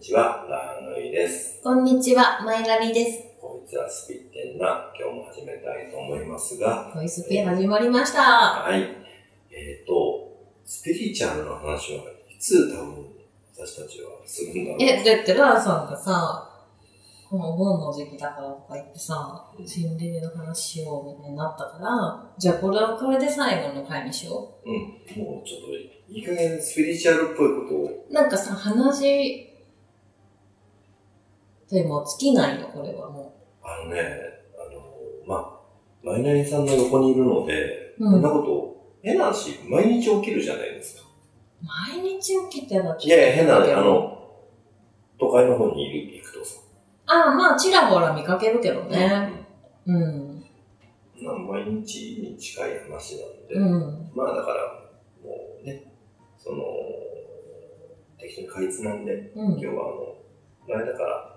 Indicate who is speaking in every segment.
Speaker 1: こんにちは、ラーヌイです。
Speaker 2: こんにちは、マイラリです。
Speaker 1: こいつはスピッテンな、今日も始めたいと思いますが、
Speaker 2: ボイスペ始まりました。
Speaker 1: はい。えっ、と、スピリチュアルの話はいつ多分私たちはするんだろう。
Speaker 2: え、だってラーさんがさ、このお盆の時期だからとか言ってさ、心霊の話しようみたいになったから、じゃあこれはこれで最後の回にしよ
Speaker 1: もうちょっといい加減スピリチュアルっぽいことを、
Speaker 2: う。なんかさ、話、でも尽きないよ、これはも
Speaker 1: あのね、あの、まあ、マイナリさんの横にいるので、こ
Speaker 2: う。うんん
Speaker 1: な。こと、変な話、毎日起きるじゃないですか。
Speaker 2: 毎日起きてたっ
Speaker 1: いやいや、変な話、あ。の、都会の方にいる、行くとさ。
Speaker 2: ああ、まあ、ちらほら見かけるけどね。うん。
Speaker 1: まあ、毎日に近い話なんで、
Speaker 2: うん。
Speaker 1: まあだから、もうね、その、適当にかいつまんで、
Speaker 2: うん
Speaker 1: 今。日はあの、前だから、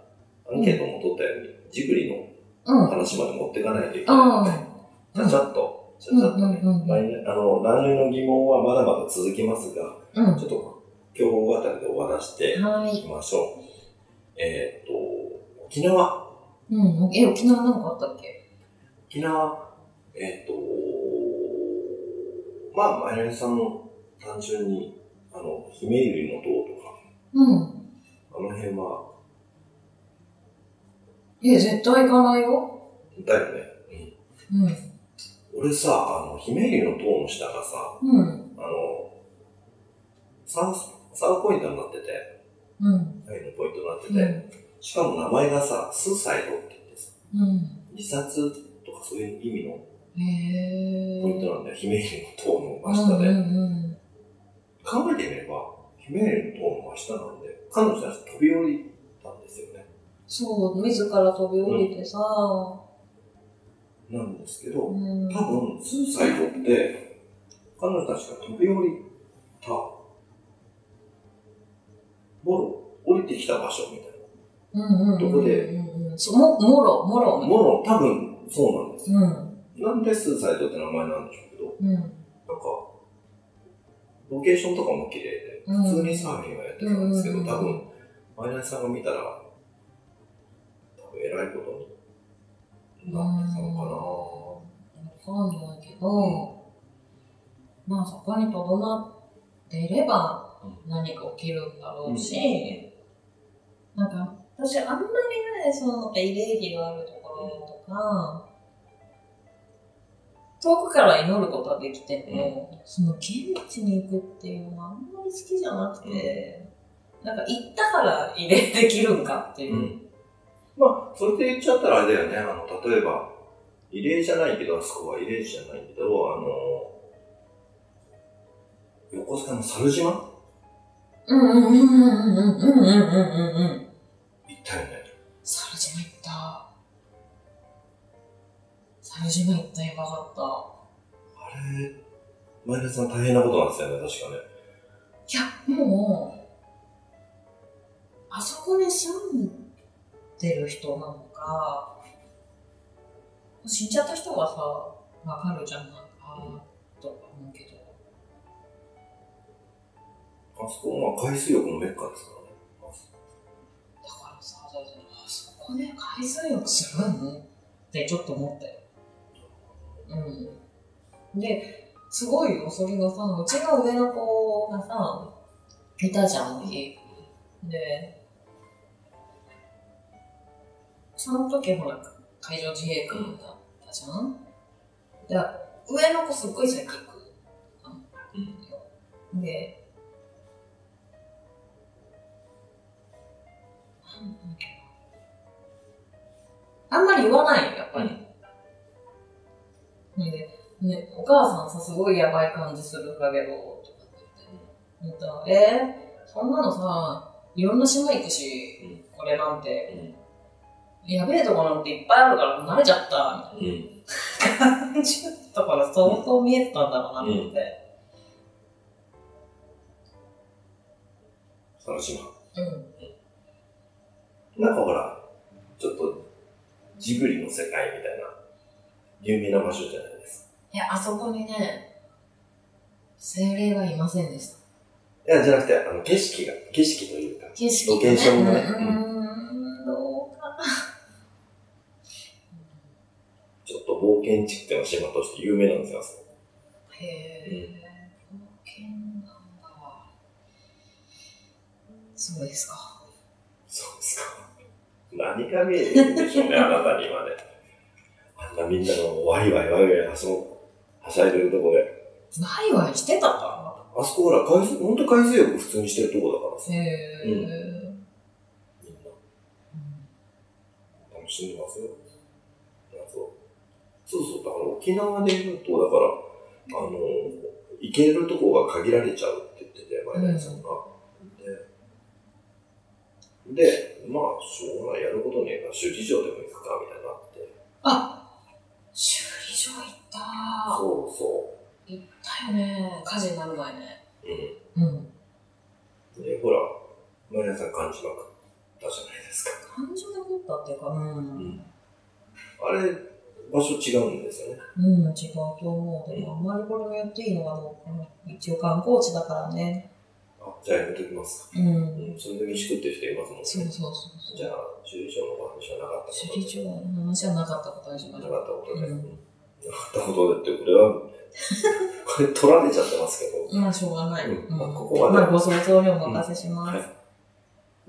Speaker 1: アンケートも取ったように、ジブリの
Speaker 2: うん。
Speaker 1: 話まで持っていかないといけ
Speaker 2: う
Speaker 1: なんいので、ちゃちゃっと、ちゃちゃっとね、
Speaker 2: うんうんうん
Speaker 1: 来年あの、来年の疑問はまだまだ続きますが、
Speaker 2: うん
Speaker 1: ちょっと今日あたりで終わらせて
Speaker 2: はいい。
Speaker 1: きましょう。えーっと、沖縄。
Speaker 2: うん。え、沖縄なんかあったっけ
Speaker 1: 沖縄、えっ、と、まあ、まゆみさんの単純に、あの、姫ゆりの塔とか、
Speaker 2: うん。
Speaker 1: あの辺は、
Speaker 2: え、絶対行かないよ。
Speaker 1: だよね。
Speaker 2: うん。
Speaker 1: 俺さ、あの、姫ゆりの塔の下がさ、
Speaker 2: うん。
Speaker 1: あの、サウス、サウポイントになってて、
Speaker 2: うん。
Speaker 1: サイのポイントになって
Speaker 2: う
Speaker 1: て、
Speaker 2: ん。
Speaker 1: しかも名前がさ、スーサイドって言ってさ、
Speaker 2: うん。
Speaker 1: 自殺とかそういう意味の
Speaker 2: へぇー。
Speaker 1: ポイントなんだよ、姫ゆりの塔の真
Speaker 2: う
Speaker 1: 下
Speaker 2: ん
Speaker 1: で。
Speaker 2: うん
Speaker 1: 考えてみれば、ヒメレの塔の真下なんで、彼女たち飛び降りたんですよね。
Speaker 2: そう、自ら飛び降りてさ、
Speaker 1: なんですけ
Speaker 2: う
Speaker 1: ど、多
Speaker 2: ん。
Speaker 1: 分、スーサイドって、彼女たちが飛び降りた、もろ、降りてきた場所みたい
Speaker 2: うんうんうん、
Speaker 1: どこで
Speaker 2: うんうん、そうも、もろ、もろ
Speaker 1: な。
Speaker 2: みたい
Speaker 1: もろ、多分、そうなんですよ。
Speaker 2: な。
Speaker 1: なんでスーサイドって名前なんでしょうけど、
Speaker 2: うん。うん。
Speaker 1: なんか、ロケーションとかも綺麗で、
Speaker 2: うん
Speaker 1: 普通にサーフィンはやってたんですけど、
Speaker 2: うん
Speaker 1: 多分、マイナスさんが見たら、多分偉いことになってたの
Speaker 2: わかんないけど、まあそこにとどまっていれば
Speaker 1: う
Speaker 2: 何か起きるんだろうし、なんか私あんまりね、そのなんか慰霊碑があるところとか、遠くから祈ることはできても、その現地に行くっていうのはあんまり好きじゃなくて、なんか行ったから慰霊できるんかってい
Speaker 1: かな、う
Speaker 2: う。
Speaker 1: ん、まあ、それで言っちゃったらあれだよね、あの、例えば、異例じゃないけど、あそこは異例じゃないけど、あの、横須賀の猿島行
Speaker 2: うんうんうんうんうんうんうんうんうんうん。
Speaker 1: ったよね。
Speaker 2: 猿島行った。猿島行った、やばか
Speaker 1: あれ、マイナスさん大変なことなんですよね、確かね。
Speaker 2: った。いや、もう、あそこに住んでる人なのか、死んじゃった人がさ、わかるじゃん、なんか、とか思うけど。
Speaker 1: あそこは海水浴のメッカですからね。
Speaker 2: だからさ、だってあそこで海水浴するのってちょっと思ったよ。うん。で、すごいよ、それがさ、うちの上の子がさ、いたじゃん、あの日。で、その時ほら、海上自衛官だったじゃん。で、上の子すっごい先行く。で、なんだっけなあんまり言わないよ、やっぱり。で、ね、お母さんさ、すごいやばい感じするんだけど、とかって言って、言ったらえー、そんなのさ、いろんな島行くし、これなんて、やべえとこなんていっぱいあるから慣れちゃった、
Speaker 1: うん。うん。
Speaker 2: みたいな感じだったから相当見えてたんだろうなと思って。
Speaker 1: 猿島。
Speaker 2: うん。
Speaker 1: なんかほら、ちょっと、ジブリの世界みたいな、有名な場所じゃないですか。
Speaker 2: いや、あそこにね、精霊がいませんでした。
Speaker 1: いや、じゃなくて、あの、景色が、景色というか、
Speaker 2: 景色
Speaker 1: ロケーションがね
Speaker 2: うんうん、どうかな。
Speaker 1: ちょっと冒険地区っての島として有名なんですよ、あそこ
Speaker 2: へえ、冒険なんだ。そうですか。
Speaker 1: そうですか。何が見えてるんでしょうね、あなたにはね。あんなみんなのワイワイワイワイはしご、はしゃいでるとこで。
Speaker 2: ワイワイしてたか
Speaker 1: あそこほら、海水、ほんと海水浴普通にしてるとこだからさ。
Speaker 2: な。へえ、
Speaker 1: うんみんな楽しんでますよ。夏を。そうそう、だから沖縄で言うと、だから、あの、行けるとこが限られちゃうって言ってて、マイナイさんが。で、で、まあ、しょうがない、やることねえから、首里城でも行くか、みたいになって。
Speaker 2: 修理場行った。
Speaker 1: そうそ
Speaker 2: 行ったよね。火事になる前ね。
Speaker 1: う。う
Speaker 2: うん。
Speaker 1: ん。で、ほら、マイナイさん感じなかったじゃないですか。
Speaker 2: 感情だったっていうか、うん。
Speaker 1: あれ、場所違うんですよね。
Speaker 2: うん、違うと思う。でも、あんまりこれもやっていいのかな。うん一応観光地だからね。
Speaker 1: あ、じゃあやめときますか。
Speaker 2: う。
Speaker 1: うんん、それで飯食ってる人いますもんね。
Speaker 2: そうそうそうそう。
Speaker 1: じゃあ、首里城のお話はなかったこと
Speaker 2: 首里城の話はなかったことにしまし
Speaker 1: な
Speaker 2: ょ
Speaker 1: かったことで。
Speaker 2: うん
Speaker 1: なかったことでって、これは、 これ取られちゃってますけど。
Speaker 2: う。まあ、しょうがない。
Speaker 1: うん
Speaker 2: うん
Speaker 1: まあここまで
Speaker 2: あご想像にお任せします。
Speaker 1: は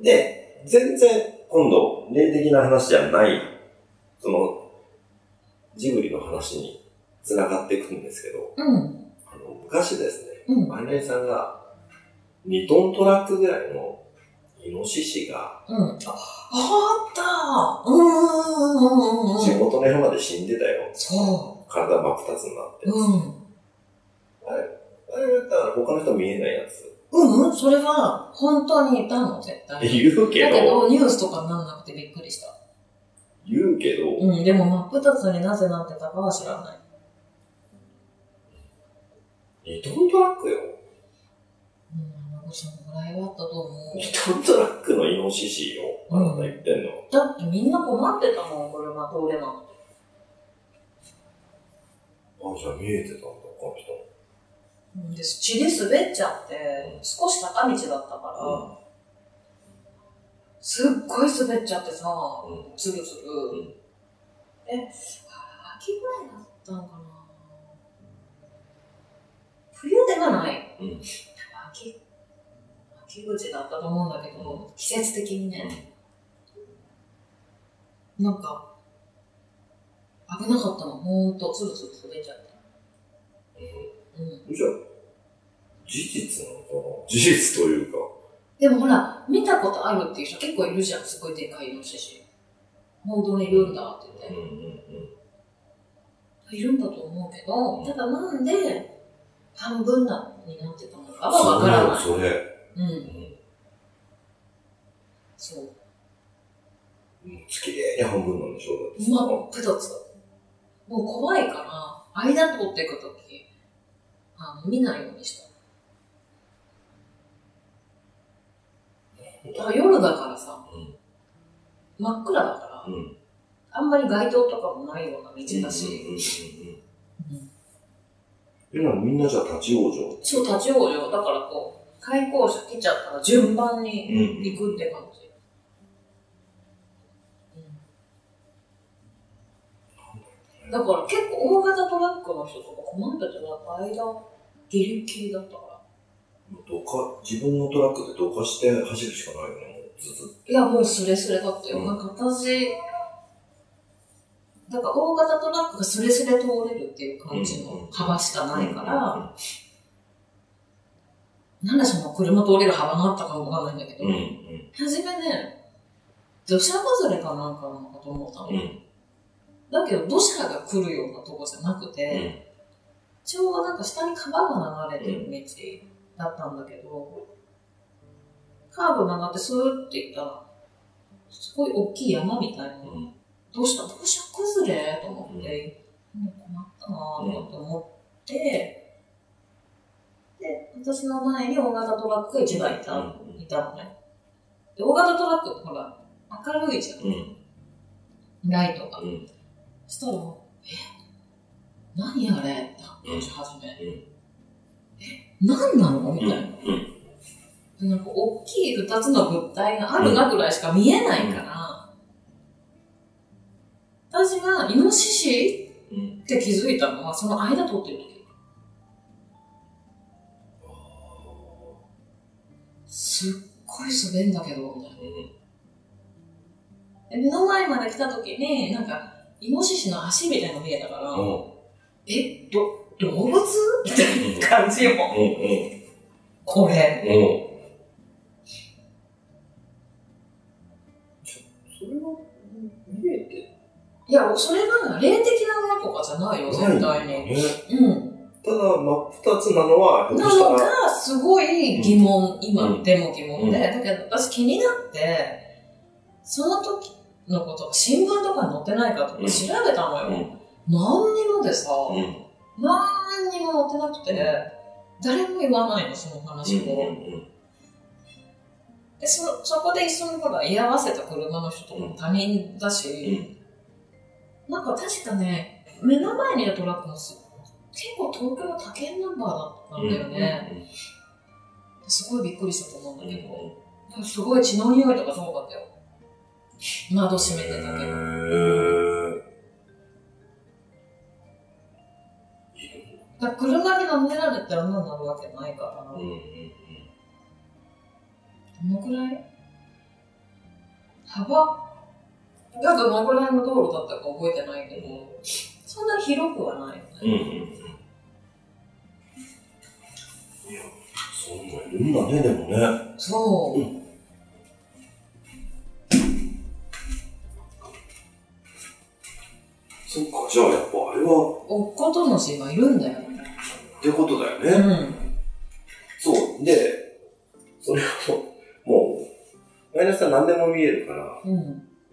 Speaker 1: い。で、全然、今度、霊的な話じゃない、その、ジブリの話に繋がっていくんですけど、
Speaker 2: うん。
Speaker 1: あの、昔ですね、
Speaker 2: うん。
Speaker 1: マイナイさんが、2トントラックぐらいの、イノシシが、
Speaker 2: うん。あ、あったうんうんうんうんうん。
Speaker 1: 仕事の部まで死んでたよ。
Speaker 2: そ
Speaker 1: 体真っ二つになって
Speaker 2: う。。うん。
Speaker 1: あれだったら他の人見えないやつ。
Speaker 2: うんうん。それは、本当にいたの、絶対。
Speaker 1: 言うけ
Speaker 2: だけ
Speaker 1: ど、
Speaker 2: ど、ニュースとかになんなくてびっくりした。
Speaker 1: 言うけど、
Speaker 2: うん。でも、真っ二つになぜなってたかは知らない。
Speaker 1: 二トントラックよ。
Speaker 2: うん。そのぐらいはあったと思う。
Speaker 1: 二トントラックのイノシシよ。あなた言ってんの。
Speaker 2: だってみんな困ってたもん、車通れなくて。
Speaker 1: あ、じゃあ見えてたんだ、この人。
Speaker 2: うんで、血で滑っちゃって、少し坂道だったから、すっごい滑っちゃってさ、
Speaker 1: うん
Speaker 2: つるつる。
Speaker 1: うん
Speaker 2: え、あ秋ぐらいだったのかな冬ではない。
Speaker 1: うん
Speaker 2: 秋、秋口だったと思うんだけど、季節的にね。なんか、危なかったの、ほんと、つるつる滑っちゃって。うん。
Speaker 1: うん。じゃあ、事実なのかな事実というか。
Speaker 2: でもほら、見たことあるっていう人結構いるじゃん、すごいでかいイノシシ。本当にいるんだって言って。
Speaker 1: うんうん
Speaker 2: いるんだと思うけ
Speaker 1: うん
Speaker 2: ど、ただなんで半分なになってたのかはわからない。
Speaker 1: それ、それ。
Speaker 2: うん、
Speaker 1: うん。
Speaker 2: そう。
Speaker 1: うん綺麗に半分なんでしょうだってさ。
Speaker 2: 真っ二つ。もう怖いから、間通っていくとき、あの見ないようにした。だから夜だからさ、
Speaker 1: うん
Speaker 2: 真っ暗だから、
Speaker 1: うん。
Speaker 2: あんまり街灯とかもないような道だ
Speaker 1: う
Speaker 2: し、
Speaker 1: んうんうんうん
Speaker 2: うん
Speaker 1: え、なんかみんなじゃあ立ち往生。
Speaker 2: 一応立ち往生、だからこう、開口者来ちゃったら順番に
Speaker 1: うん
Speaker 2: 行くって感じ。だから結構大型トラックの人とか困った人は間ギリギリだったから。
Speaker 1: どか、自分のトラックでどかして走るしかないよね、もう。ずっと。
Speaker 2: いやもうスレスレだったよ。
Speaker 1: うん
Speaker 2: なんか私、だから大型トラックがスレスレ通れるっていう感じの幅しかないから、なんでその車通れる幅があったかわかんないんだけど、
Speaker 1: うん。うんうん。
Speaker 2: 初めね、土砂崩れかなんかなのかと思ったの。
Speaker 1: うん。うん。
Speaker 2: だけど土砂が来るようなとこじゃなくて、ちょうどなんか下に川が流れてる道だったんだけど、カーブ曲がってスーって行ったら、すごい大きい山みたいな。
Speaker 1: うん。
Speaker 2: どうした土砂崩れと思って、もう困ったなぁと思って、で、私の前に大型トラックが1台いた,、
Speaker 1: うん
Speaker 2: いたのね。で、大型トラックってほら、明るいじゃん。
Speaker 1: うん。
Speaker 2: ライトが。
Speaker 1: うん
Speaker 2: そしたら、え何あれって話し始め。
Speaker 1: うん
Speaker 2: え、何なのみたいな。
Speaker 1: うん。
Speaker 2: でなんか大きい二つの物体があるなぐらいしか見えないから、私がイノシシ
Speaker 1: うん。
Speaker 2: って気づいたのは、その間通ってる時。
Speaker 1: ああ。
Speaker 2: すっごい滑んだけど、みたいな。
Speaker 1: うん。
Speaker 2: で目の前まで来た時に、なんか、イノシシの足みたいなの見えたから、
Speaker 1: うん。
Speaker 2: え、ど、動物みたいな感じよ。
Speaker 1: うん。
Speaker 2: これ。
Speaker 1: うん。うん。それは、見えて
Speaker 2: いや、それが霊的なものとかじゃないよ、絶対に。
Speaker 1: ね。
Speaker 2: うん。
Speaker 1: ただ、真っ二つなのは、ひょっと
Speaker 2: な
Speaker 1: した
Speaker 2: の
Speaker 1: ら、
Speaker 2: が、すごい疑問、
Speaker 1: う
Speaker 2: 今
Speaker 1: ん
Speaker 2: でも疑問で、
Speaker 1: うん
Speaker 2: だけど私気になって、その時のことが新聞とかに載ってないかとか
Speaker 1: うん
Speaker 2: 調べたのよ。
Speaker 1: うん
Speaker 2: 何にもでさ、
Speaker 1: うん。
Speaker 2: 何にも載ってなくて、誰も言わないの、その話を。
Speaker 1: うん。
Speaker 2: でそ、そこで一緒にほら、居合わせた車の人とかも他人だし、なんか確かね、目の前にいたトラックもす結構東京の他県ナンバーだったんだよね。すごいびっくりしたと思うんだけど。すごい血の匂いとかすごかったよ。窓閉めてたけど。だから車にはめられたら何なるわけないから、どのくらい幅がどのくらいの道路だったか覚えてないけど、そんな広くはないよね。
Speaker 1: そうもいるんだね、でもね。
Speaker 2: そう。
Speaker 1: うそっか、じゃあやっぱあれは、
Speaker 2: おっことのしがいるんだよね。
Speaker 1: ってことだよね。
Speaker 2: うん。
Speaker 1: そう。で、それを、もう、マイナスは何でも見えるから、も
Speaker 2: うん。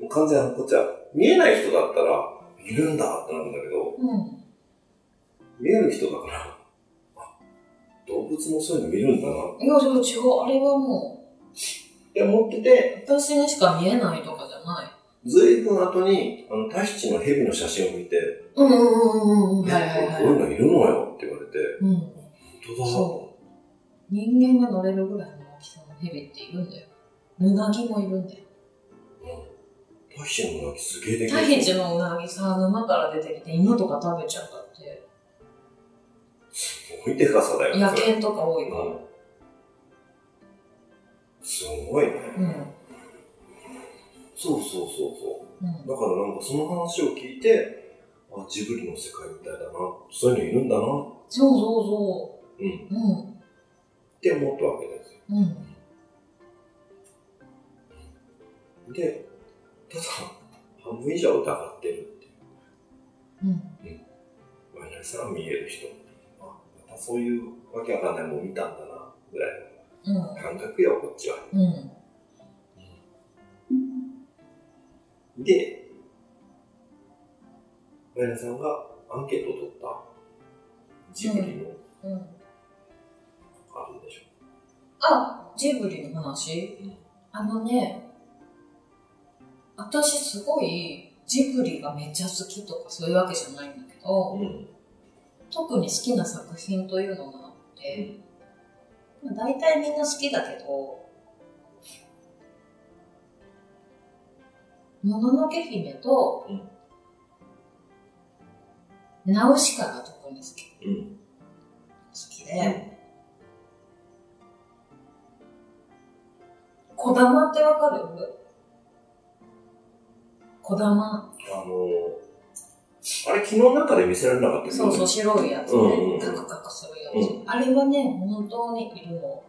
Speaker 1: う完全にこっちは、見えない人だったら、いるんだってなるんだけど、
Speaker 2: うん。
Speaker 1: 見える人だから、あ動物もそういうの見るんだな。
Speaker 2: いや、でも違う。あれはも
Speaker 1: って思ってて、
Speaker 2: う、私にしか見えないとかじゃない。
Speaker 1: ずいぶん後に、あの、タヒチの蛇の写真を見て、
Speaker 2: うんうんうんうんうん。はいはい
Speaker 1: え
Speaker 2: は
Speaker 1: こうい
Speaker 2: い。
Speaker 1: うのいるのよって言われて、
Speaker 2: うん。
Speaker 1: 本当だ。
Speaker 2: そ人間が乗れるぐらいの大きさのヘビっているんだよ。うなぎもいるんだよ。
Speaker 1: タヒチの鳴きすげえでか
Speaker 2: タ
Speaker 1: い。
Speaker 2: ヒチのうなぎさ、沼から出てきて犬とか食べちゃったって。
Speaker 1: すごいでかさだよね。
Speaker 2: 野
Speaker 1: それ
Speaker 2: 犬とか多いわ。
Speaker 1: うんすごいね。
Speaker 2: うん。
Speaker 1: そうそうそうそう。
Speaker 2: うん。
Speaker 1: だからなんかその話を聞いて、あ、ジブリの世界みたいだな、そういうのいるんだなっ
Speaker 2: そうそうそ
Speaker 1: うん
Speaker 2: う。うん。
Speaker 1: て思ったわけですよ。
Speaker 2: うん。
Speaker 1: で、ただ、半分以上疑ってるってい
Speaker 2: うん。
Speaker 1: う。マイナスは見える人。あ、またそういうわけわかんないもん見たんだな、ぐらい
Speaker 2: うん。
Speaker 1: の感覚よ、こっちは。
Speaker 2: うん。
Speaker 1: で、マイナさんがアンケートを取った、ジブリの、
Speaker 2: うん。
Speaker 1: あるでしょ。
Speaker 2: あ、ジブリの話
Speaker 1: うん
Speaker 2: あのね、私すごいジブリがめっちゃ好きとかそういうわけじゃないんだけど、
Speaker 1: うん。
Speaker 2: 特に好きな作品というのがあって、まあ、大体みんな好きだけど「もののけ姫」と
Speaker 1: うん
Speaker 2: 「ナウシカ」が特に好き
Speaker 1: うん。
Speaker 2: 好きで、こだまってわかるこだま
Speaker 1: あのあれ、昨日の中で見せられなかったけど
Speaker 2: そう
Speaker 1: ね
Speaker 2: そう白いやつね、
Speaker 1: うんうん
Speaker 2: カクカクするやつ、
Speaker 1: う
Speaker 2: あれはね本当にいるの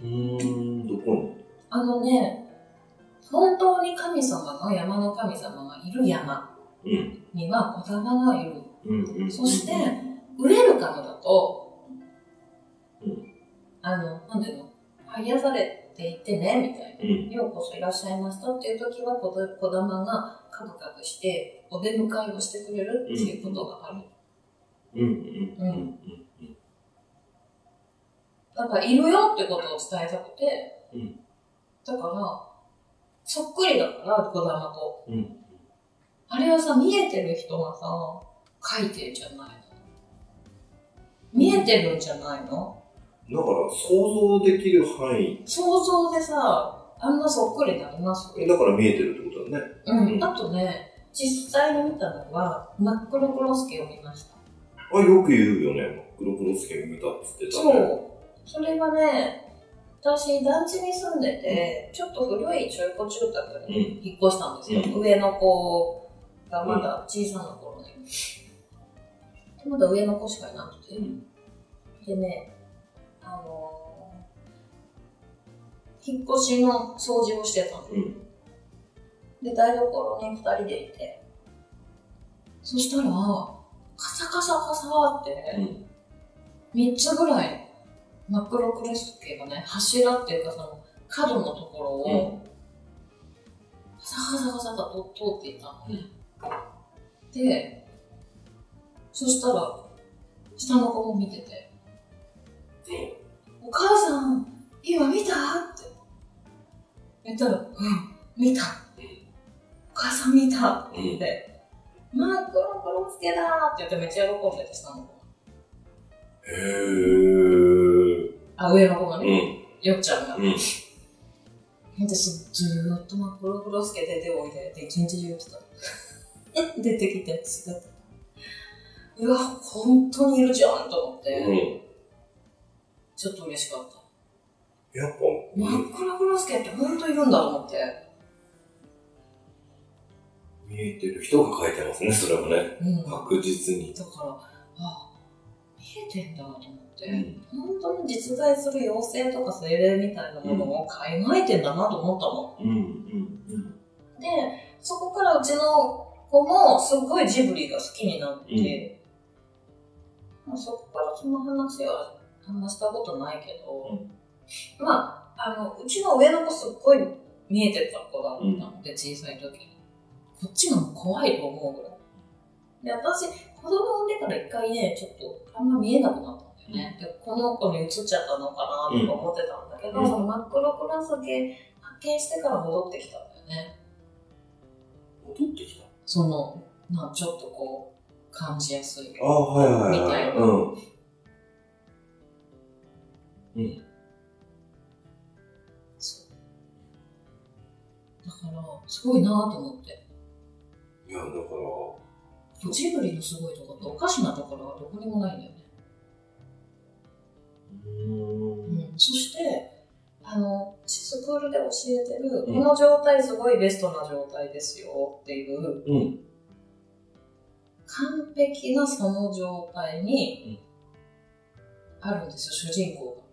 Speaker 1: うーん、どこに
Speaker 2: あのね、本当に神様の山の神様がいる山
Speaker 1: うん。
Speaker 2: には小玉がいる。
Speaker 1: うんうんうん
Speaker 2: そして、売れる株だと、
Speaker 1: うん
Speaker 2: あの、なんていうの、はやされていてね、みたい
Speaker 1: うん。
Speaker 2: な。ようこそいらっしゃいましたっていう時は小だ小玉がカクカクしてお出迎えをしてくれるっていうことがある。
Speaker 1: うんうんうんうん
Speaker 2: だから、いるよってことを伝えたくて、
Speaker 1: うん
Speaker 2: だから、そっくりだから、小玉と。
Speaker 1: うん
Speaker 2: あれはさ、見えてる人がさ、書いてるじゃないの。見えてるんじゃないの
Speaker 1: だから想像できる範囲、
Speaker 2: 想像でさ、あんなそっくりになります
Speaker 1: だから見えてるってことだね。
Speaker 2: うん、
Speaker 1: うん
Speaker 2: あとね、実際に見たのは、マックロクロスケを見ました。
Speaker 1: あ、よく言うよね。黒黒助埋めたっつってた
Speaker 2: そ
Speaker 1: ね。
Speaker 2: う。それがね、私、団地に住んでて、ちょっと古い中古住宅
Speaker 1: うん。
Speaker 2: に引っ越したんですよ。
Speaker 1: う
Speaker 2: 上の子がまだ小さな頃に。まだ上の子しかいなくて。
Speaker 1: うん
Speaker 2: でね、あのー引っ越しの掃除をしてたの。
Speaker 1: うん
Speaker 2: で、台所に二人でいて。そしたら、カサカサカサって、
Speaker 1: うん。
Speaker 2: 3つぐらいマクロクレスケがね柱っていうかその角のところをガサガサガサと通っていたのね、でそしたら下の子も見てて「お母さん今見た?」って言ったら「うん見た」お母さん見た
Speaker 1: うん。うん。
Speaker 2: で「マクロクロスケだ!」って言ってめっちゃ喜んでて下の子が
Speaker 1: へー。
Speaker 2: あ上の子が
Speaker 1: う
Speaker 2: ね、
Speaker 1: ん。
Speaker 2: よっちゃんが
Speaker 1: うん。
Speaker 2: 私ずーっとマクロクロスケ出ておいでって一日中言ってた 出てきてすぐうわ本当にいるじゃんと思って、
Speaker 1: うん。
Speaker 2: ちょっと嬉しかった、
Speaker 1: やっぱ、
Speaker 2: マクロクロスケって本当いるんだと思って
Speaker 1: 見えてる人が書いてますね、それはね。
Speaker 2: うんだか
Speaker 1: 確実に。
Speaker 2: らあ見えてんだと思って、
Speaker 1: うん。
Speaker 2: 本当に実在する妖精とか精霊みたいなものを描いてんだなと思ったの、
Speaker 1: うん。うん。
Speaker 2: で、そこからうちの子もすごいジブリが好きになって、まあそこからその話はあんましたことないけど、まあ、あの、うちの上の子すっごい見えてた子だったので、小さい時に。こっちのも怖いと思うぐらい。で、私、子供産んでから一回ね、ちょっとあんま見えなくなったんだよね。で、この子に移っちゃったのかなとか思ってたんだけど、
Speaker 1: うん
Speaker 2: その真っ黒クラス系発見してから戻ってきたんだよね。
Speaker 1: 戻ってきた。
Speaker 2: その、なちょっとこう、感じやすい。
Speaker 1: ああ、はいはい
Speaker 2: み
Speaker 1: は
Speaker 2: た
Speaker 1: い。
Speaker 2: いな
Speaker 1: うん。
Speaker 2: そうだから、すごいなと思って。
Speaker 1: いや、だから、
Speaker 2: ジブリのすごいとこって、おかしなところはどこにもないんだよね。
Speaker 1: うん。
Speaker 2: うん、そして、あの、スクールで教えてる、この状態すごいベストな状態ですよっていう、
Speaker 1: うん。
Speaker 2: 完璧なその状態に、あるんですよ、主人公が。
Speaker 1: う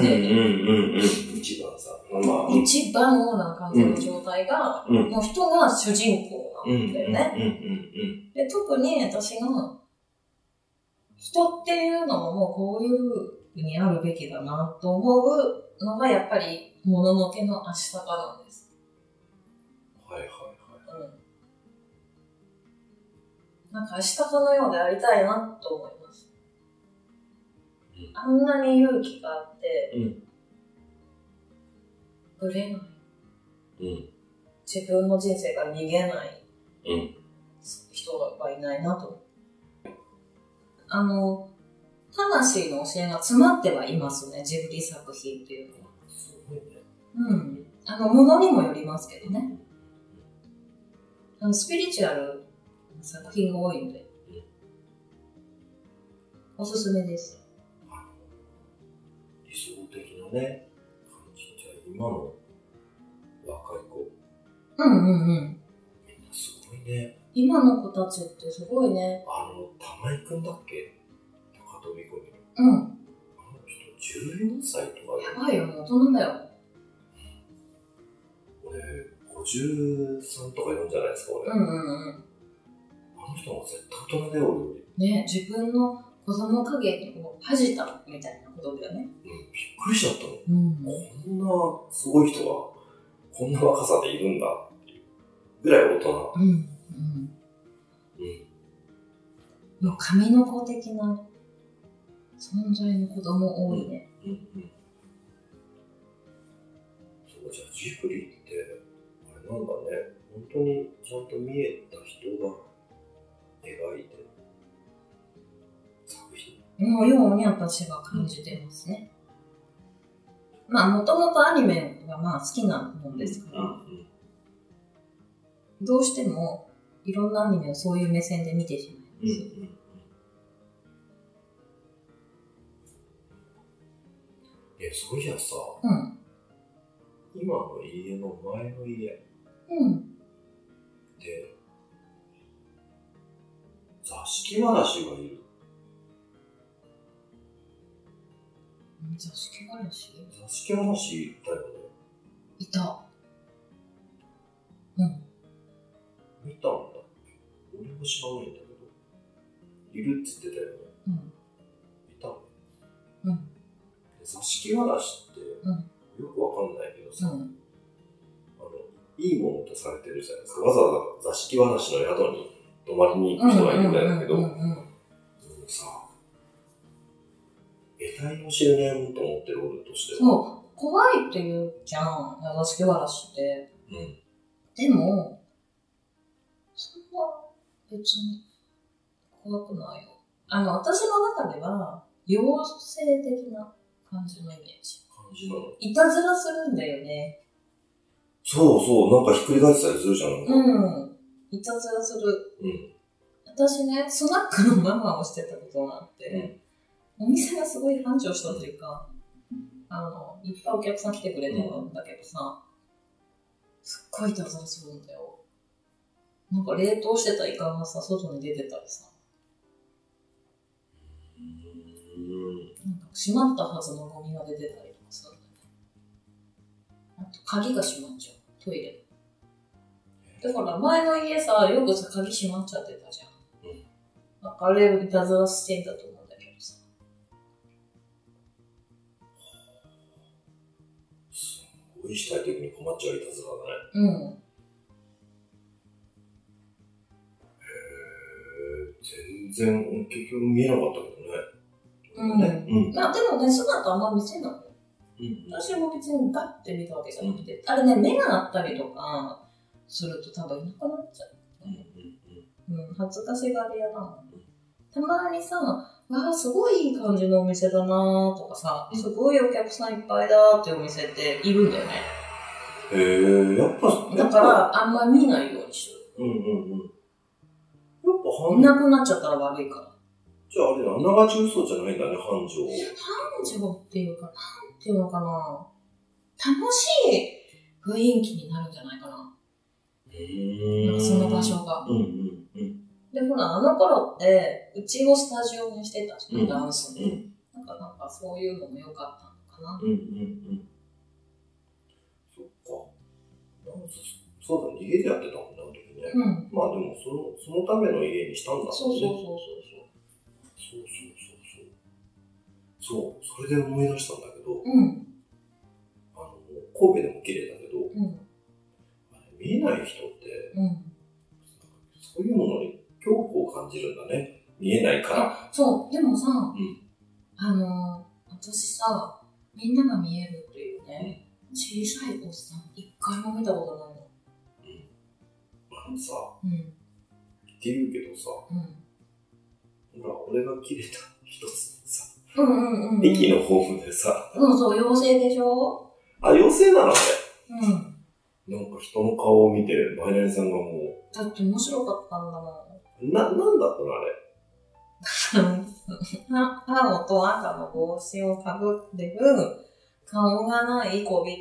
Speaker 1: んうん
Speaker 2: に。
Speaker 1: うんうん。一番さ、まあ、うん。
Speaker 2: 一番オーナー感じの状態が、
Speaker 1: うん
Speaker 2: の人が主人公
Speaker 1: うんう
Speaker 2: なん
Speaker 1: ん
Speaker 2: だよね。
Speaker 1: うん
Speaker 2: で特に私が、人っていうのももうこういう風にあるべきだなと思うのがやっぱり、もののけの明日かなんです。
Speaker 1: はいはいはい。
Speaker 2: うん。なんか明日かのようでありたいなと思います
Speaker 1: うん。
Speaker 2: あんなに勇気があって、
Speaker 1: うん
Speaker 2: ぶれない。
Speaker 1: うん。
Speaker 2: 自分の人生から逃げない
Speaker 1: うん
Speaker 2: 人はいないなと。あの、魂の教えが詰まってはいますね、ジブリ作品っていうのは。
Speaker 1: すごいね。
Speaker 2: うん。あの、ものにもよりますけどね。あの、スピリチュアルな作品が多いので。おすすめです。
Speaker 1: 理想的なね、感じじゃ今の若い子、
Speaker 2: うんうんうん。
Speaker 1: みんなすごいね。
Speaker 2: 今の子たちってすごいね。
Speaker 1: あの、玉井くんだっけ高飛び込みの。
Speaker 2: う
Speaker 1: あ
Speaker 2: ん。
Speaker 1: の人、14歳とか
Speaker 2: や
Speaker 1: で、
Speaker 2: ばいよね、大人だよ。
Speaker 1: 俺、53とか4じゃないですか、俺。
Speaker 2: う
Speaker 1: あ
Speaker 2: んうんうん。
Speaker 1: の人は絶対大人だよ、俺より。
Speaker 2: ね、自分の子供影を恥じたみたいなことだよね。
Speaker 1: うん、びっくりしちゃったの。
Speaker 2: うん
Speaker 1: こんなすごい人が、こんな若さでいるんだっていうぐらい大人。
Speaker 2: うん。うん。
Speaker 1: うん。
Speaker 2: もう神の子的な存在の子供多いね。
Speaker 1: うんうん。そう、じゃあジブリって、あれなんだね。本当にちゃんと見えた人が描いてる作品。
Speaker 2: うのように私は感じてますね。まあ、もともとアニメがまあ好きなもんですか
Speaker 1: う
Speaker 2: ら、
Speaker 1: ん
Speaker 2: どうしてもいろんなアニメをそういう目線で見てしま
Speaker 1: うん
Speaker 2: います。
Speaker 1: え、そういやさ、
Speaker 2: うん。
Speaker 1: 今の家の前の家で
Speaker 2: うん。
Speaker 1: 座敷わらしがいる。
Speaker 2: 座敷わらし
Speaker 1: 座敷わらしだよね。
Speaker 2: いた。
Speaker 1: 見たんだ。俺も知らないんだけど。いるっつってたよね。
Speaker 2: うん。
Speaker 1: 見たの。
Speaker 2: うん。
Speaker 1: で座敷わらしって、
Speaker 2: うん
Speaker 1: よくわかんないけど
Speaker 2: う
Speaker 1: さ、あの、
Speaker 2: ん。
Speaker 1: いいものとされてるじゃないですか。わざわざ座敷わらしの宿に泊まりに行く人がいるんだけど、
Speaker 2: うんうんうんうん
Speaker 1: もうさ、得体の知れないもんと思ってる俺としては。
Speaker 2: そう、怖いって言うじゃん、座敷わらしって。
Speaker 1: うん。
Speaker 2: でも、そんな、別に、怖くないよ。あの、私の中では、妖精的な感じのイメージ。
Speaker 1: 感じなの。
Speaker 2: いたずらするんだよね。
Speaker 1: そうそう、なんかひっくり返ってたりするじゃん。
Speaker 2: う。ん。いたずらする。
Speaker 1: うん。
Speaker 2: 私ね、スナックのママをしてたことがあって、お店がすごい繁盛したというか、あの、いっぱいお客さん来てくれたんだけどさ、すっごいいたずらするんだよ。なんか冷凍してたイカがさ、外に出てたりさ、
Speaker 1: うん。
Speaker 2: なんか閉まったはずのゴミが出てたりとかするんだよね。あと鍵が閉まっちゃう、トイレ。だから前の家さ、よくさ、鍵閉まっちゃってたじゃ
Speaker 1: う
Speaker 2: ん。
Speaker 1: ん
Speaker 2: なんかあれをいたずらしてんだと思うんだけどさ。
Speaker 1: すごい主体的に困っちゃういたずらだね。
Speaker 2: うん。
Speaker 1: 全然、結局見えなかったけどね。うん。うん。
Speaker 2: まあでもね、姿あんま見せな
Speaker 1: う
Speaker 2: い。
Speaker 1: ん。
Speaker 2: 私も別にガッて見たわけじゃなくて、あれね、目があったりとかすると多分いなくなっちゃう。
Speaker 1: うん。
Speaker 2: うん、恥ずかしがり屋なの。たまにさ、わあ、すごいいい感じのお店だなとかさ、
Speaker 1: うん
Speaker 2: すごいお客さんいっぱいだっていうお店っているんだよね。
Speaker 1: へえ、やっぱ、
Speaker 2: だか、ら、あんま見ないようにして
Speaker 1: うん
Speaker 2: る。
Speaker 1: うんうん。やっぱ
Speaker 2: い
Speaker 1: 繁
Speaker 2: なくなっちゃったら悪いから。
Speaker 1: じゃああれ、あながち嘘じゃないんだね、繁盛。
Speaker 2: 感情っていうか、なんていうのかな。楽しい雰囲気になるんじゃないかな。なん
Speaker 1: う
Speaker 2: かその場。所が。
Speaker 1: うんうんうん。
Speaker 2: で、ほら、あの頃って、うちをスタジオにしてたし、
Speaker 1: うん
Speaker 2: ダンス
Speaker 1: う
Speaker 2: に。
Speaker 1: ん
Speaker 2: なんか、なんかそういうのも良かったのかな。
Speaker 1: うんうんうん。そっか。なんかそうだね、家でやってたもんな、あの時ね。
Speaker 2: うん。
Speaker 1: まあでも、その、そのための家にしたんだ
Speaker 2: そうそうそうそう
Speaker 1: そうそうそうそう。そう、それで思い出したんだけど、
Speaker 2: そう。うん。
Speaker 1: あの、神戸でも綺麗だけど、
Speaker 2: うん。
Speaker 1: あれ見えない人って、
Speaker 2: うん。
Speaker 1: そういうものに恐怖を感じるんだね。見えないから。
Speaker 2: そう、でもさ、
Speaker 1: ん
Speaker 2: あのー、私さ、みんなが見えるっていうね、小さいおっさん、一回も見たことないの。
Speaker 1: あのさ、
Speaker 2: うん。
Speaker 1: って言うけどさ、ほ
Speaker 2: うん。
Speaker 1: ら、俺が切れた一つのさ、
Speaker 2: うんうんうん。
Speaker 1: 駅のホームでさ、
Speaker 2: うん、そう、妖精でしょ
Speaker 1: あ、妖精なのね。
Speaker 2: うん。
Speaker 1: なんか人の顔を見て、マイナリさんがも
Speaker 2: だって面白かったんだもん。
Speaker 1: う、な、なんだったのあれ。
Speaker 2: あ青と赤の帽子をかぶってる顔がない小人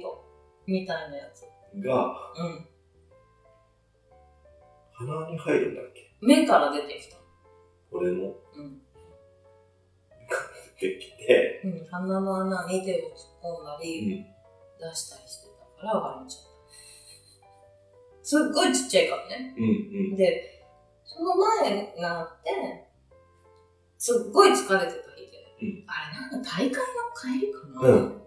Speaker 2: みたいなやつ。
Speaker 1: が、
Speaker 2: うん。
Speaker 1: 鼻に入るんだっけ
Speaker 2: 目から出てきた。
Speaker 1: 俺の。
Speaker 2: うん。
Speaker 1: 出てきて、
Speaker 2: うん、鼻の穴に手を突っ込んだり、出したりしてたから笑っちゃった。すっごいちっちゃいからね。
Speaker 1: うんうん。
Speaker 2: で、その前があって、すっごい疲れてた日で。
Speaker 1: うん
Speaker 2: あれなんだ、大会の帰りかな、
Speaker 1: うん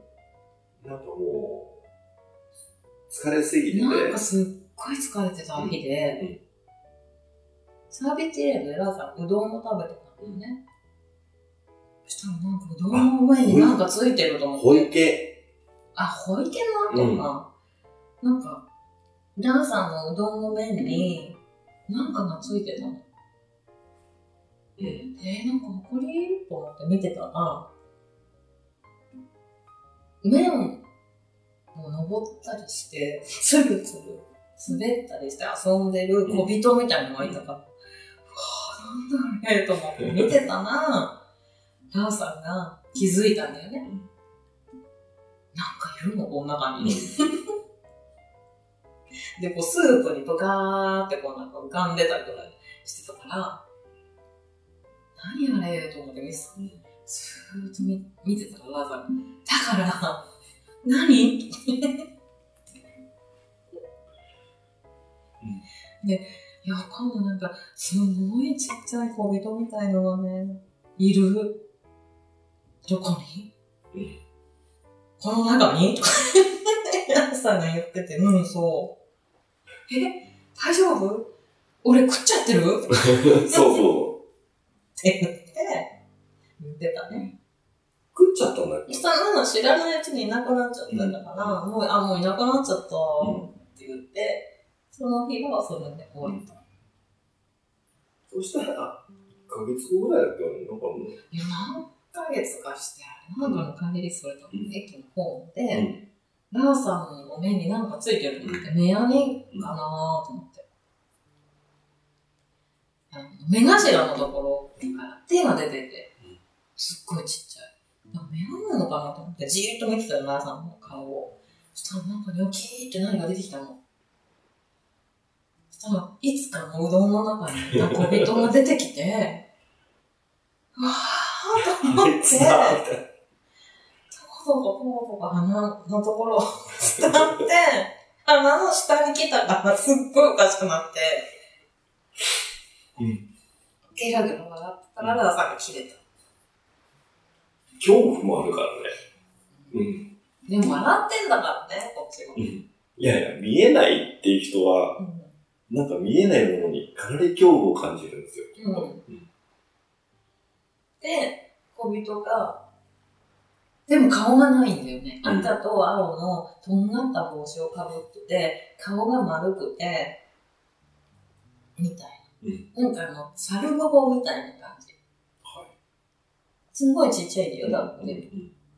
Speaker 1: なんかもう、疲れすぎてて、
Speaker 2: なんかすっごい疲れてた日で、
Speaker 1: うんうん
Speaker 2: サービスエリアでラーさんうどんも食べてたんだよね。そしたらなんかうどんの上になんかついてると思
Speaker 1: 小
Speaker 2: って。
Speaker 1: 池。
Speaker 2: あ、ほいけの跡か。なんか、ラーさんのうどんの麺になんかがついてたの。
Speaker 1: うん。
Speaker 2: えー、なんか誇りと思って見てたら、面を登ったりして、つるつる滑ったりして遊んでる小人みたいなのがいたから、うわぁ、なんだあれと思って見てたら、ラーさんが気づいたんだよね。なんかいるのこの中 に。で、こう、スープにとかーってこうなんか浮かんでたりとかしてたから、何あれと思って見てたのずーっと見見てたから、わざわざだから、何で、いや、今度なんか、すごいちっちゃい小人みたいのがね、いる。どこに
Speaker 1: うん
Speaker 2: この中にと か、ヤンさんが言ってて、うん、そう。え、大丈夫俺食っちゃってるっ
Speaker 1: そうそう。
Speaker 2: て言って、言ってたね。
Speaker 1: 食っちゃったんだっけ
Speaker 2: そんなの知らないうちにいなくなっちゃったんだから、もう、あ、もういなくなっちゃった
Speaker 1: うん
Speaker 2: って言って、その日はそれで終わった。
Speaker 1: そしたら、1ヶ月後ぐらいだっけなんかもう、
Speaker 2: いや、何ヶ月かして、なんかの帰りそれと
Speaker 1: うん
Speaker 2: 駅の方で、ラーさんの目になんかついてるのって、目やにかなーと思って。あの目頭のところから手が出てて
Speaker 1: うん、
Speaker 2: すっごいちっちゃい。なんか目がなのかなと思って、じーっと見てたよ、ラーさんの顔を。そしたらなんかニョキーって何が出てきたの。そしたら、いつかのうどんの中にいた小人が出て きて、わーっと思っ
Speaker 1: あい
Speaker 2: て
Speaker 1: つ、だって。
Speaker 2: ポコポコポコポコ鼻のところを 伝って、鼻の下に来たからすっごいおかしくなって、
Speaker 1: うん
Speaker 2: ゲラゲラ笑ったからララさんが切れた。
Speaker 1: 恐怖もあるからね。うん。
Speaker 2: でも笑ってんだからね、こっちが。
Speaker 1: いやいや、見えないっていう人は、
Speaker 2: う
Speaker 1: なんか見えないものにかなり恐怖を感じるんですよ。
Speaker 2: ん。うん、で、小人が、でも顔がないんだよね。
Speaker 1: うん
Speaker 2: 赤と青のとんがった帽子をかぶってて、顔が丸くて、みたいな。なんかあの、猿ごぼみたいな感じ。
Speaker 1: はい。
Speaker 2: すんごいちっちゃいんだよ、だっ
Speaker 1: うん
Speaker 2: て。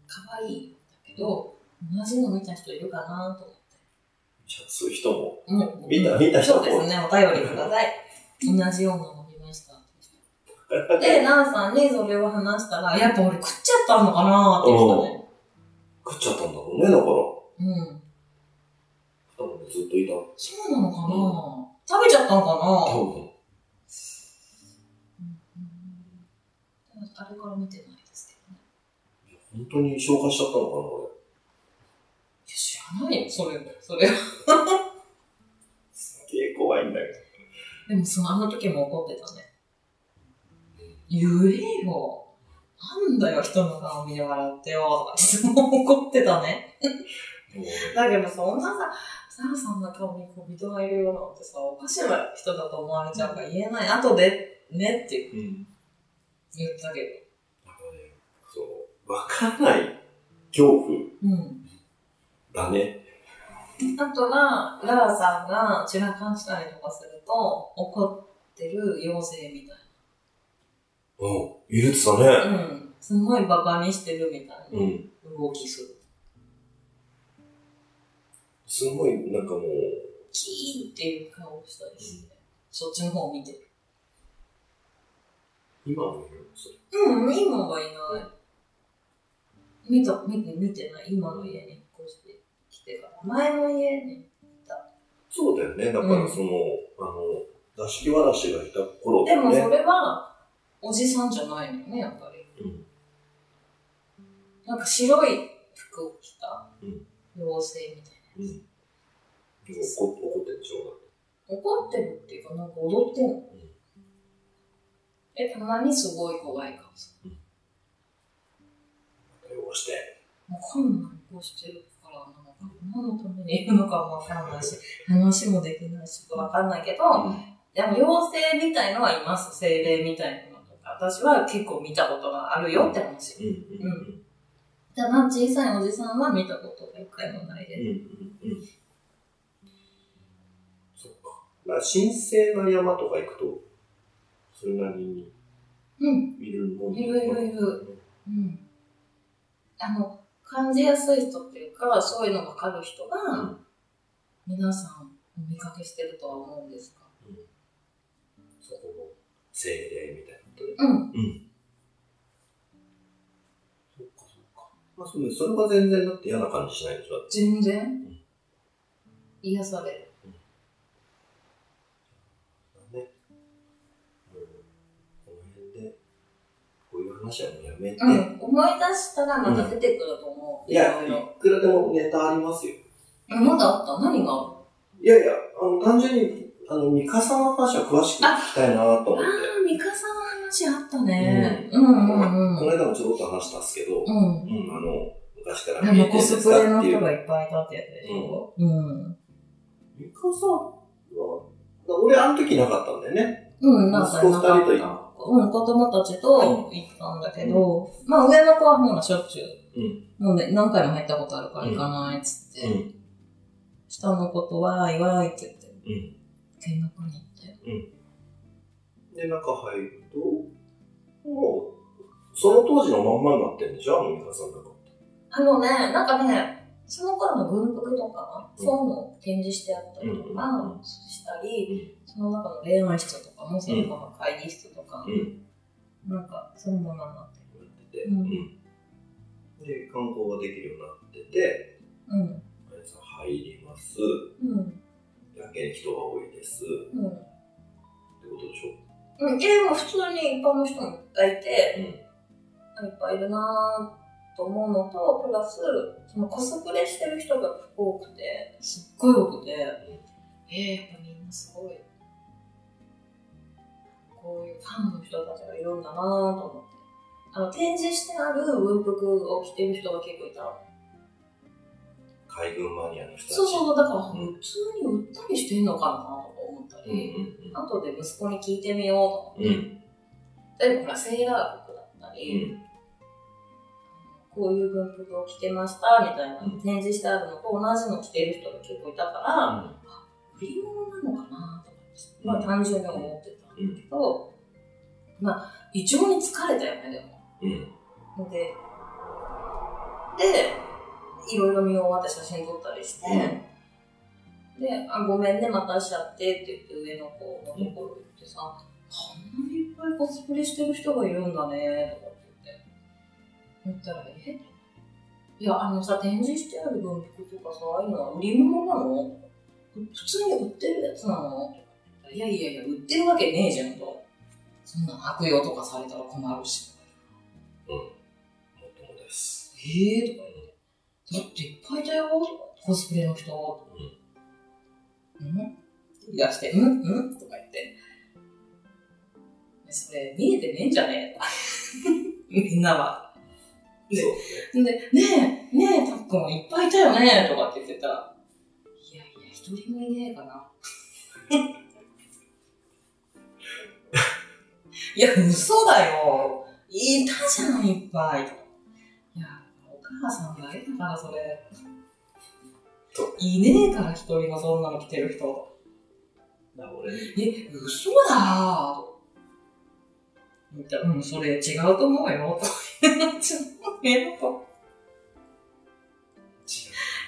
Speaker 2: 可愛いんだけど、同じの見た人いるかなと
Speaker 1: じゃあそういう人も、
Speaker 2: 思って。うん
Speaker 1: みんな見た人
Speaker 2: そ
Speaker 1: も
Speaker 2: うですね、お便りください。同じようなの見まし たって。で、ナンさんにそれを話したら、やっぱ俺食っちゃったのかなって言って
Speaker 1: 食っちゃったんだろうね、だから。
Speaker 2: たね。うん。
Speaker 1: 多分ねずっといた。
Speaker 2: そうなのかな、食べちゃったのかな、
Speaker 1: 多分。
Speaker 2: うんあれから見てないですけどね。
Speaker 1: 本当に消化しちゃったのかな、俺。
Speaker 2: いや、知らないよ、それ。それ。
Speaker 1: すげえ怖いんだけど。
Speaker 2: でもその、あの時も怒ってたね。言えよ。なんだよ、人の顔見て笑ってよ。とか、いつも怒ってたね。
Speaker 1: でもね
Speaker 2: だけどそんなさ、サラさんの顔に小人がいるようなんてさ、おかしな人だと思われちゃうから言えない。後で、ねって
Speaker 1: うん。
Speaker 2: 言ったけ
Speaker 1: あのね、そう、わからない恐怖
Speaker 2: ど。うん。
Speaker 1: だね。
Speaker 2: あとが、ラーさんが散らかしたりとかすると、怒ってる妖精みた
Speaker 1: うん。いるってたね。
Speaker 2: いな。うん。すごいバカにしてるみたい
Speaker 1: うん。
Speaker 2: な動きする。
Speaker 1: すごい、なんかもう、
Speaker 2: キーンっていう顔をしたりして、そっちの方を見てる。
Speaker 1: 今もいるそれ。
Speaker 2: うん、今はいない。見た、見て、見てない。今の家に引っ越してきてから。前の家に
Speaker 1: そうだよね。だからその、あの、座敷わらしがいた頃だ
Speaker 2: で
Speaker 1: よ
Speaker 2: も
Speaker 1: ね。
Speaker 2: それは、おじさんじゃないのよね、やっぱり。
Speaker 1: うん。
Speaker 2: なんか白い服を着た
Speaker 1: うん
Speaker 2: 妖精みたい
Speaker 1: うん。でも怒っ怒ってるでしょ
Speaker 2: な。怒ってるっていうか、なんか踊ってんの。
Speaker 1: ん
Speaker 2: え、たまにすごい怖い顔す
Speaker 1: うが。対応して。
Speaker 2: る。もうこんなんこうしてるから、なんか何のためにいるのかもわからないし、話もできないし、わかんないけど、でも妖精みたいのはいます。精霊みたいなのとか。私は結構見たことがあるよって話。
Speaker 1: うん。うん。うん。
Speaker 2: ただ小さいおじさんは見たことが一回もないです
Speaker 1: うん。うん。うん。そうか。だから神聖な山とか行くと、それなりに
Speaker 2: うん、
Speaker 1: いるもん
Speaker 2: いるいるいるうん。あの、感じやすい人っていうか、そういうの分かる人
Speaker 1: う
Speaker 2: が、
Speaker 1: ん
Speaker 2: 皆さんお見かけしてるとは思うんですが。
Speaker 1: そこの精霊みたいなことね
Speaker 2: うん。
Speaker 1: そっかそっかまあそうねそれは全然だって嫌な感じしないでしょだって
Speaker 2: 全然、癒される。
Speaker 1: ねもうこの辺でこういう話はもうやめて、
Speaker 2: うん。思い出したらまた出てくると思う。
Speaker 1: いや
Speaker 2: ろろ
Speaker 1: いくらでもネタありますよ
Speaker 2: あまだあった何があ
Speaker 1: いやいやあの単純にあの三笠の話は詳しく聞きたいなと思って
Speaker 2: あ、ミカさんの話あったね。うんうんう
Speaker 1: こ
Speaker 2: ん
Speaker 1: の。間もちょろっと話したんですけど、うん、
Speaker 2: うん。
Speaker 1: あの、昔か
Speaker 2: いや
Speaker 1: ら
Speaker 2: まあコスプレの
Speaker 1: ってい
Speaker 2: 人
Speaker 1: う
Speaker 2: がいっぱいいたってやつでしょ。うん。
Speaker 1: ゆかさんは、俺あの時なかったんだよね。
Speaker 2: うん、なんか
Speaker 1: 息子二人といた
Speaker 2: うん、子供たちと行ったんだけど、まあ上の子はほらしょっちゅう、もうね、何回も入ったことあるから行かないっつって、
Speaker 1: ん。
Speaker 2: 下の子とは、いわーいって言って、
Speaker 1: うん。
Speaker 2: 見学に行って。
Speaker 1: で、中入ると、もう、その当時のまんまになってんでしょあのゆかさんとかって。
Speaker 2: あのね、なんかね、その頃の軍服とか、
Speaker 1: うん
Speaker 2: そういうのを展示してあったりと
Speaker 1: う
Speaker 2: か
Speaker 1: ん
Speaker 2: したり、その中の恋愛室とかも、そのまま会議室とか、
Speaker 1: ん。
Speaker 2: なんかそのままになってる。
Speaker 1: なってて、
Speaker 2: うん
Speaker 1: で、観光ができるようになってて、
Speaker 2: うん。
Speaker 1: 皆さん入ります。
Speaker 2: うん。
Speaker 1: やけに人が多いです。っ
Speaker 2: うん。
Speaker 1: てことでしょ
Speaker 2: うん、でも普通に一般の人もいっぱいいて、
Speaker 1: うん
Speaker 2: いっぱいいるなぁと思うのと、プラス、そのコスプレしてる人が多くて、すっごい多くて、えー、やっぱみんなすごい、こういうファンの人たちがいるんだなぁと思って。あの、展示してある文服を着てる人が結構いた。
Speaker 1: 海軍マニアの人たち。
Speaker 2: そう
Speaker 1: う。
Speaker 2: そう、だから普通に売ったりしてんのかなとか思った
Speaker 1: うんう
Speaker 2: り、
Speaker 1: ん
Speaker 2: 後で息子に聞いてみようとか。
Speaker 1: うん。うん。
Speaker 2: 例えばほらセーラー服だった
Speaker 1: う
Speaker 2: り、
Speaker 1: ん。
Speaker 2: こういう文服を着てましたみたいな
Speaker 1: うん
Speaker 2: 展示してあるのと同じの着てる人が結構いたから、売り物なのかなとか、まあ、単純に思ってたんだけど、まあ異常に疲れたよねでも。
Speaker 1: うん。
Speaker 2: ででいろいろ見終わって写真撮ったりして、であ「ごめんねまたしちゃって」って言って上の子のところ行ってさ「こんなにいっぱいコスプレしてる人がいるんだね」とかって言って言ったら「えいやあのさ展示してある文服とかさああいうのは売り物なの普通に売ってるやつなの?」とか言ったらいやいやいや売ってるわけねえじゃん」と「そんなの悪用とかされたら困るし」
Speaker 1: もっともです。
Speaker 2: ええとか言って、だっていっぱいいたよ、コスプレの人。うんいらして、うんうんとか言って。それ、見えてねえんじゃねえとか。 みんなは。
Speaker 1: そう
Speaker 2: で
Speaker 1: ね。
Speaker 2: で、ねえ、ねえ、たっくんいっぱいいたよねとかって言ってたら、いやいや、一人もいねえかな。いや、嘘だよ。いたじゃん、いっぱい。いや、お母さんがいたから、それ。いねえから、一人のそんなの着てる人。
Speaker 1: だから俺、
Speaker 2: え、嘘だーいやうん、それ違うと思うよ。と違うねと。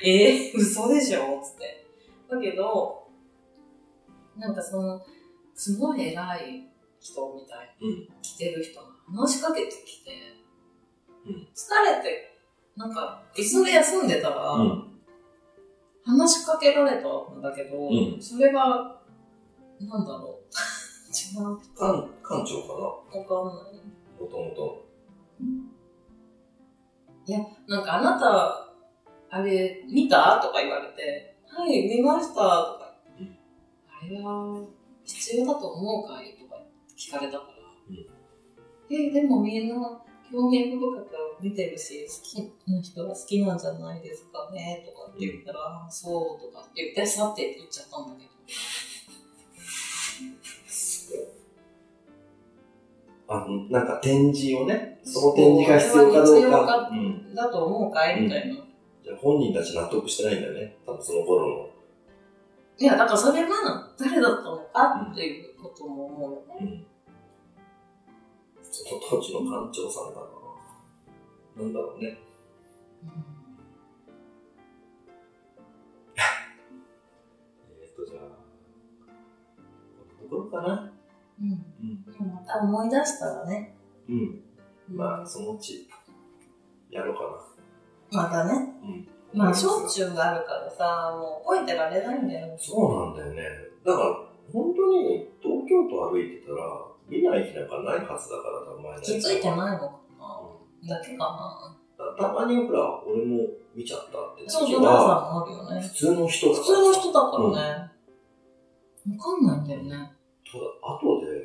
Speaker 2: えー、嘘でしょつって。だけど、なんかその、すごい偉い人みたいに来てる人が話しかけてきて、
Speaker 1: うん
Speaker 2: 疲れて、なんか、椅子で休んでたら、
Speaker 1: うん
Speaker 2: 話しかけられたんだけど、
Speaker 1: う
Speaker 2: それが、なんだろう。 違う。
Speaker 1: 館館長かな
Speaker 2: わかんない。
Speaker 1: もともと。
Speaker 2: なんかあなた、あれ見たとか言われて、はい、見ましたとか
Speaker 1: う
Speaker 2: 言って、あれは必要だと思うかいとか聞かれたから、え、でもみんな興味深く見てるし、好きな人は好きなんじゃないですかねとかって言ったら、あそうとかって言って、さてって言っちゃったんだけど。
Speaker 1: あの、なんか展示をね、その展示が必要かどう
Speaker 2: そう
Speaker 1: か。うん。
Speaker 2: だと思うかいみたいな。
Speaker 1: じゃあ本人たち納得してないんだよね。多分その頃
Speaker 2: いや、だからそれが誰だったのかっていうことも思うよ
Speaker 1: の。
Speaker 2: ね。
Speaker 1: うん。そその当時の館長さんが、なんだろうね、
Speaker 2: うん
Speaker 1: えーっと、じゃあ、このところかな。
Speaker 2: うん
Speaker 1: うん。
Speaker 2: でもまた思い出したらね、
Speaker 1: うん。ま
Speaker 2: う
Speaker 1: あ、
Speaker 2: ん
Speaker 1: そのうち、やろうか
Speaker 2: またね
Speaker 1: な。うん。
Speaker 2: まあしょっ
Speaker 1: ゅう。
Speaker 2: ちゅうがあるからさもう覚えてられないんだよ
Speaker 1: そうなんだよね。だから、本当に、東京都歩いてたら、見ない日なんかないはずだから、たまに。
Speaker 2: 気づいて
Speaker 1: い。
Speaker 2: ないのかなだけかな
Speaker 1: たまに、ほら、俺も見ちゃったって時は。
Speaker 2: そうそうダンさんもあるよね
Speaker 1: 普通の人だ
Speaker 2: 普
Speaker 1: から
Speaker 2: 通の人だからね、わかんないんだよね
Speaker 1: ただ、後で、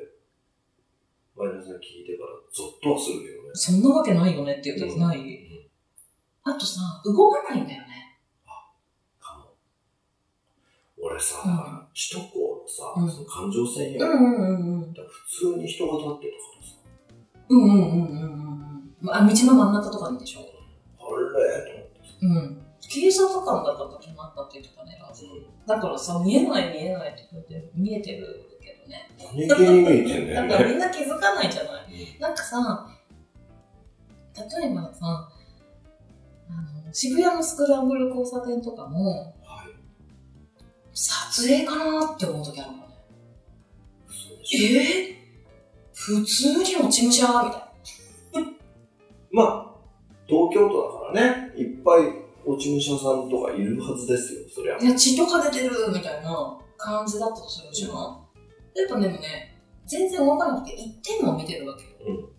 Speaker 1: マイナスさん聞いてから、ゾッとはするけどね。
Speaker 2: そんなわけないよねっていう時ない、
Speaker 1: うん
Speaker 2: あとさ動かないんだよね
Speaker 1: かも。俺さ、
Speaker 2: うん
Speaker 1: 首都高のさ、
Speaker 2: うん
Speaker 1: その環状線よ、
Speaker 2: うんうんうん
Speaker 1: だから普通に人が立ってるからさ、
Speaker 2: うんうんうんうんうんうんあ道の真ん中とかにでしょ
Speaker 1: あれと思ってさ、
Speaker 2: うん警察官だったと決まったって言ってたねラジだからさ見えない見えないって言って見えてるけど
Speaker 1: 何
Speaker 2: ね
Speaker 1: 気に見えてんだよ
Speaker 2: だから
Speaker 1: ね。
Speaker 2: みんな気づかないじゃない
Speaker 1: うん
Speaker 2: なんかさ例えばさあの渋谷のスクランブル交差点とかも
Speaker 1: はい、
Speaker 2: 撮影かなって思う時あるもんね
Speaker 1: そうでしょ。
Speaker 2: えー、普通に落ち武者みたいな
Speaker 1: まあ、東京都だからね、いっぱい落ち武者さんとかいるはずですよ、そりゃ。
Speaker 2: いや、血とか出てるみたいな感じだったとするじゃん。やっぱでもね、全然動かなくて、一点も見てるわけよ。
Speaker 1: うん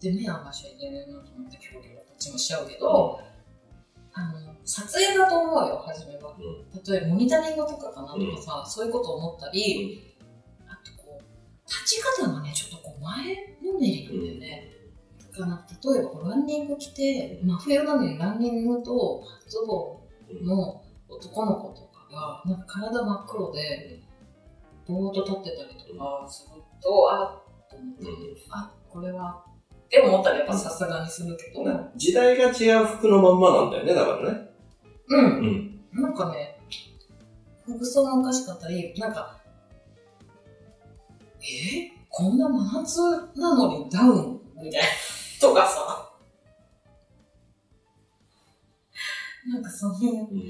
Speaker 2: で、目合わしちゃいけないなと思って、キョロキョロこっちもしちゃうけど、あの、撮影だと思うよ、初めは。
Speaker 1: うん
Speaker 2: 例えば、モニタリングとかかなとかさ、そういうこと思ったり、あとこう、立ち方がね、ちょっとこう、前のめりなんだよね。だから例えばこうランニング着て真冬なのにランニングとズボンの男の子とかがなんか体真っ黒でぼーっと立ってたりとかするとあっと思って、
Speaker 1: うん
Speaker 2: あこれはって思ったらやっぱさすがにするけど
Speaker 1: うん時代が違う服のまんまなんだよね、だからね。
Speaker 2: う
Speaker 1: うんん。
Speaker 2: なんかね服装がおかしかったりなんかえこんな真夏なのにダウンみたいなとかさなんかそういう
Speaker 1: うん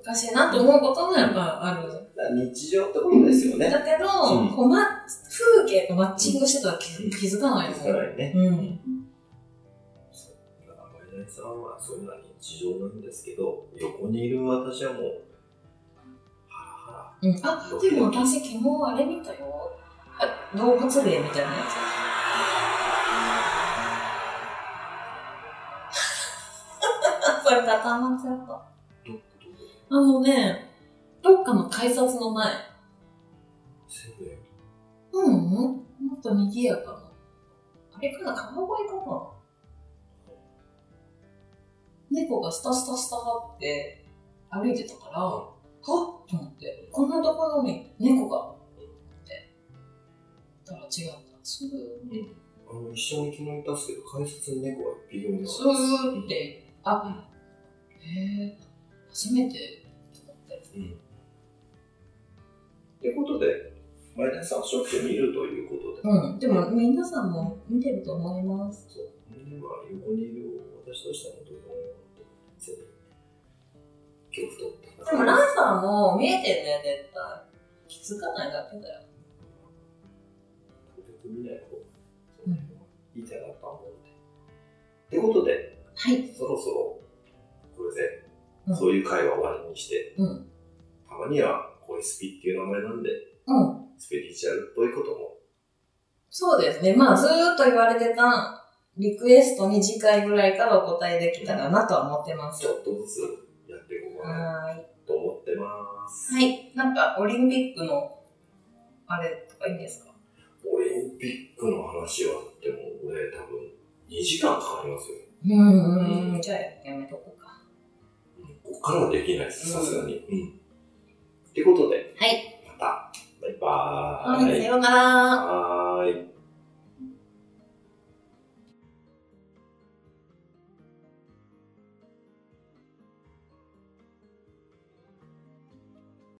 Speaker 2: おかしいなと思うこともやっぱある
Speaker 1: だから日常ってことですよね。
Speaker 2: だけど、
Speaker 1: うん
Speaker 2: こうま、風景とマッチングしてたら気気づかな
Speaker 1: 気
Speaker 2: い
Speaker 1: づ
Speaker 2: の
Speaker 1: かないね。
Speaker 2: う
Speaker 1: だ
Speaker 2: ん
Speaker 1: からマイナイさんはそういうのは日常なんですけど横にいる私はもうハラハ
Speaker 2: うん、あでも私昨日あれ見たよあ動物霊みたいなや つそれ固まっちゃった
Speaker 1: ラどこどこ
Speaker 2: あのねどっかの改札の前
Speaker 1: セブン
Speaker 2: うんうんもっと賑やかなあれかな川越かな猫がスタスタスタって歩いてたからはっと思ってこんなところに猫がってだから違ったスー
Speaker 1: あの一緒に昨日いたんですけど改札に猫が一匹もいなか
Speaker 2: ス
Speaker 1: ったです
Speaker 2: ーってあへえ初めてと思っ
Speaker 1: う
Speaker 2: て
Speaker 1: んうんってことでマイナイさんはしょっちゅう見るということで、
Speaker 2: うんでも皆さんも見てると思います
Speaker 1: そう今横にいる私としてはどうせ恐怖と戦う
Speaker 2: でもランさんも見えてんだよ絶対気づかないだけだ
Speaker 1: な
Speaker 2: よ
Speaker 1: るべく見ない方が
Speaker 2: うん
Speaker 1: いいかなとは思うんで。ってことで
Speaker 2: はい
Speaker 1: そろそろ、これで、
Speaker 2: うん
Speaker 1: そういう会話を終わりにして、
Speaker 2: うん
Speaker 1: たまには、こういうスピっていう名前なんで、
Speaker 2: うん
Speaker 1: スピリチュアルっぽいことも、
Speaker 2: そうですねまあずーっと言われてたリクエストに次回ぐらいからお答えできたらなとは思ってます
Speaker 1: ちょっとずつやっていこうかな
Speaker 2: はーい
Speaker 1: と思ってます。
Speaker 2: はいなんかオリンピックのあれとかいいんですか
Speaker 1: オリンピックの話は、でも俺多分、2時間かかりますよ。
Speaker 2: うんうんじゃあやめとこうか
Speaker 1: うんここからはできないです、さすがに。うん。ってことで、
Speaker 2: はい。
Speaker 1: また、バイバ
Speaker 2: はい、
Speaker 1: ー
Speaker 2: さ
Speaker 1: イ。
Speaker 2: ようなら。
Speaker 1: はーい。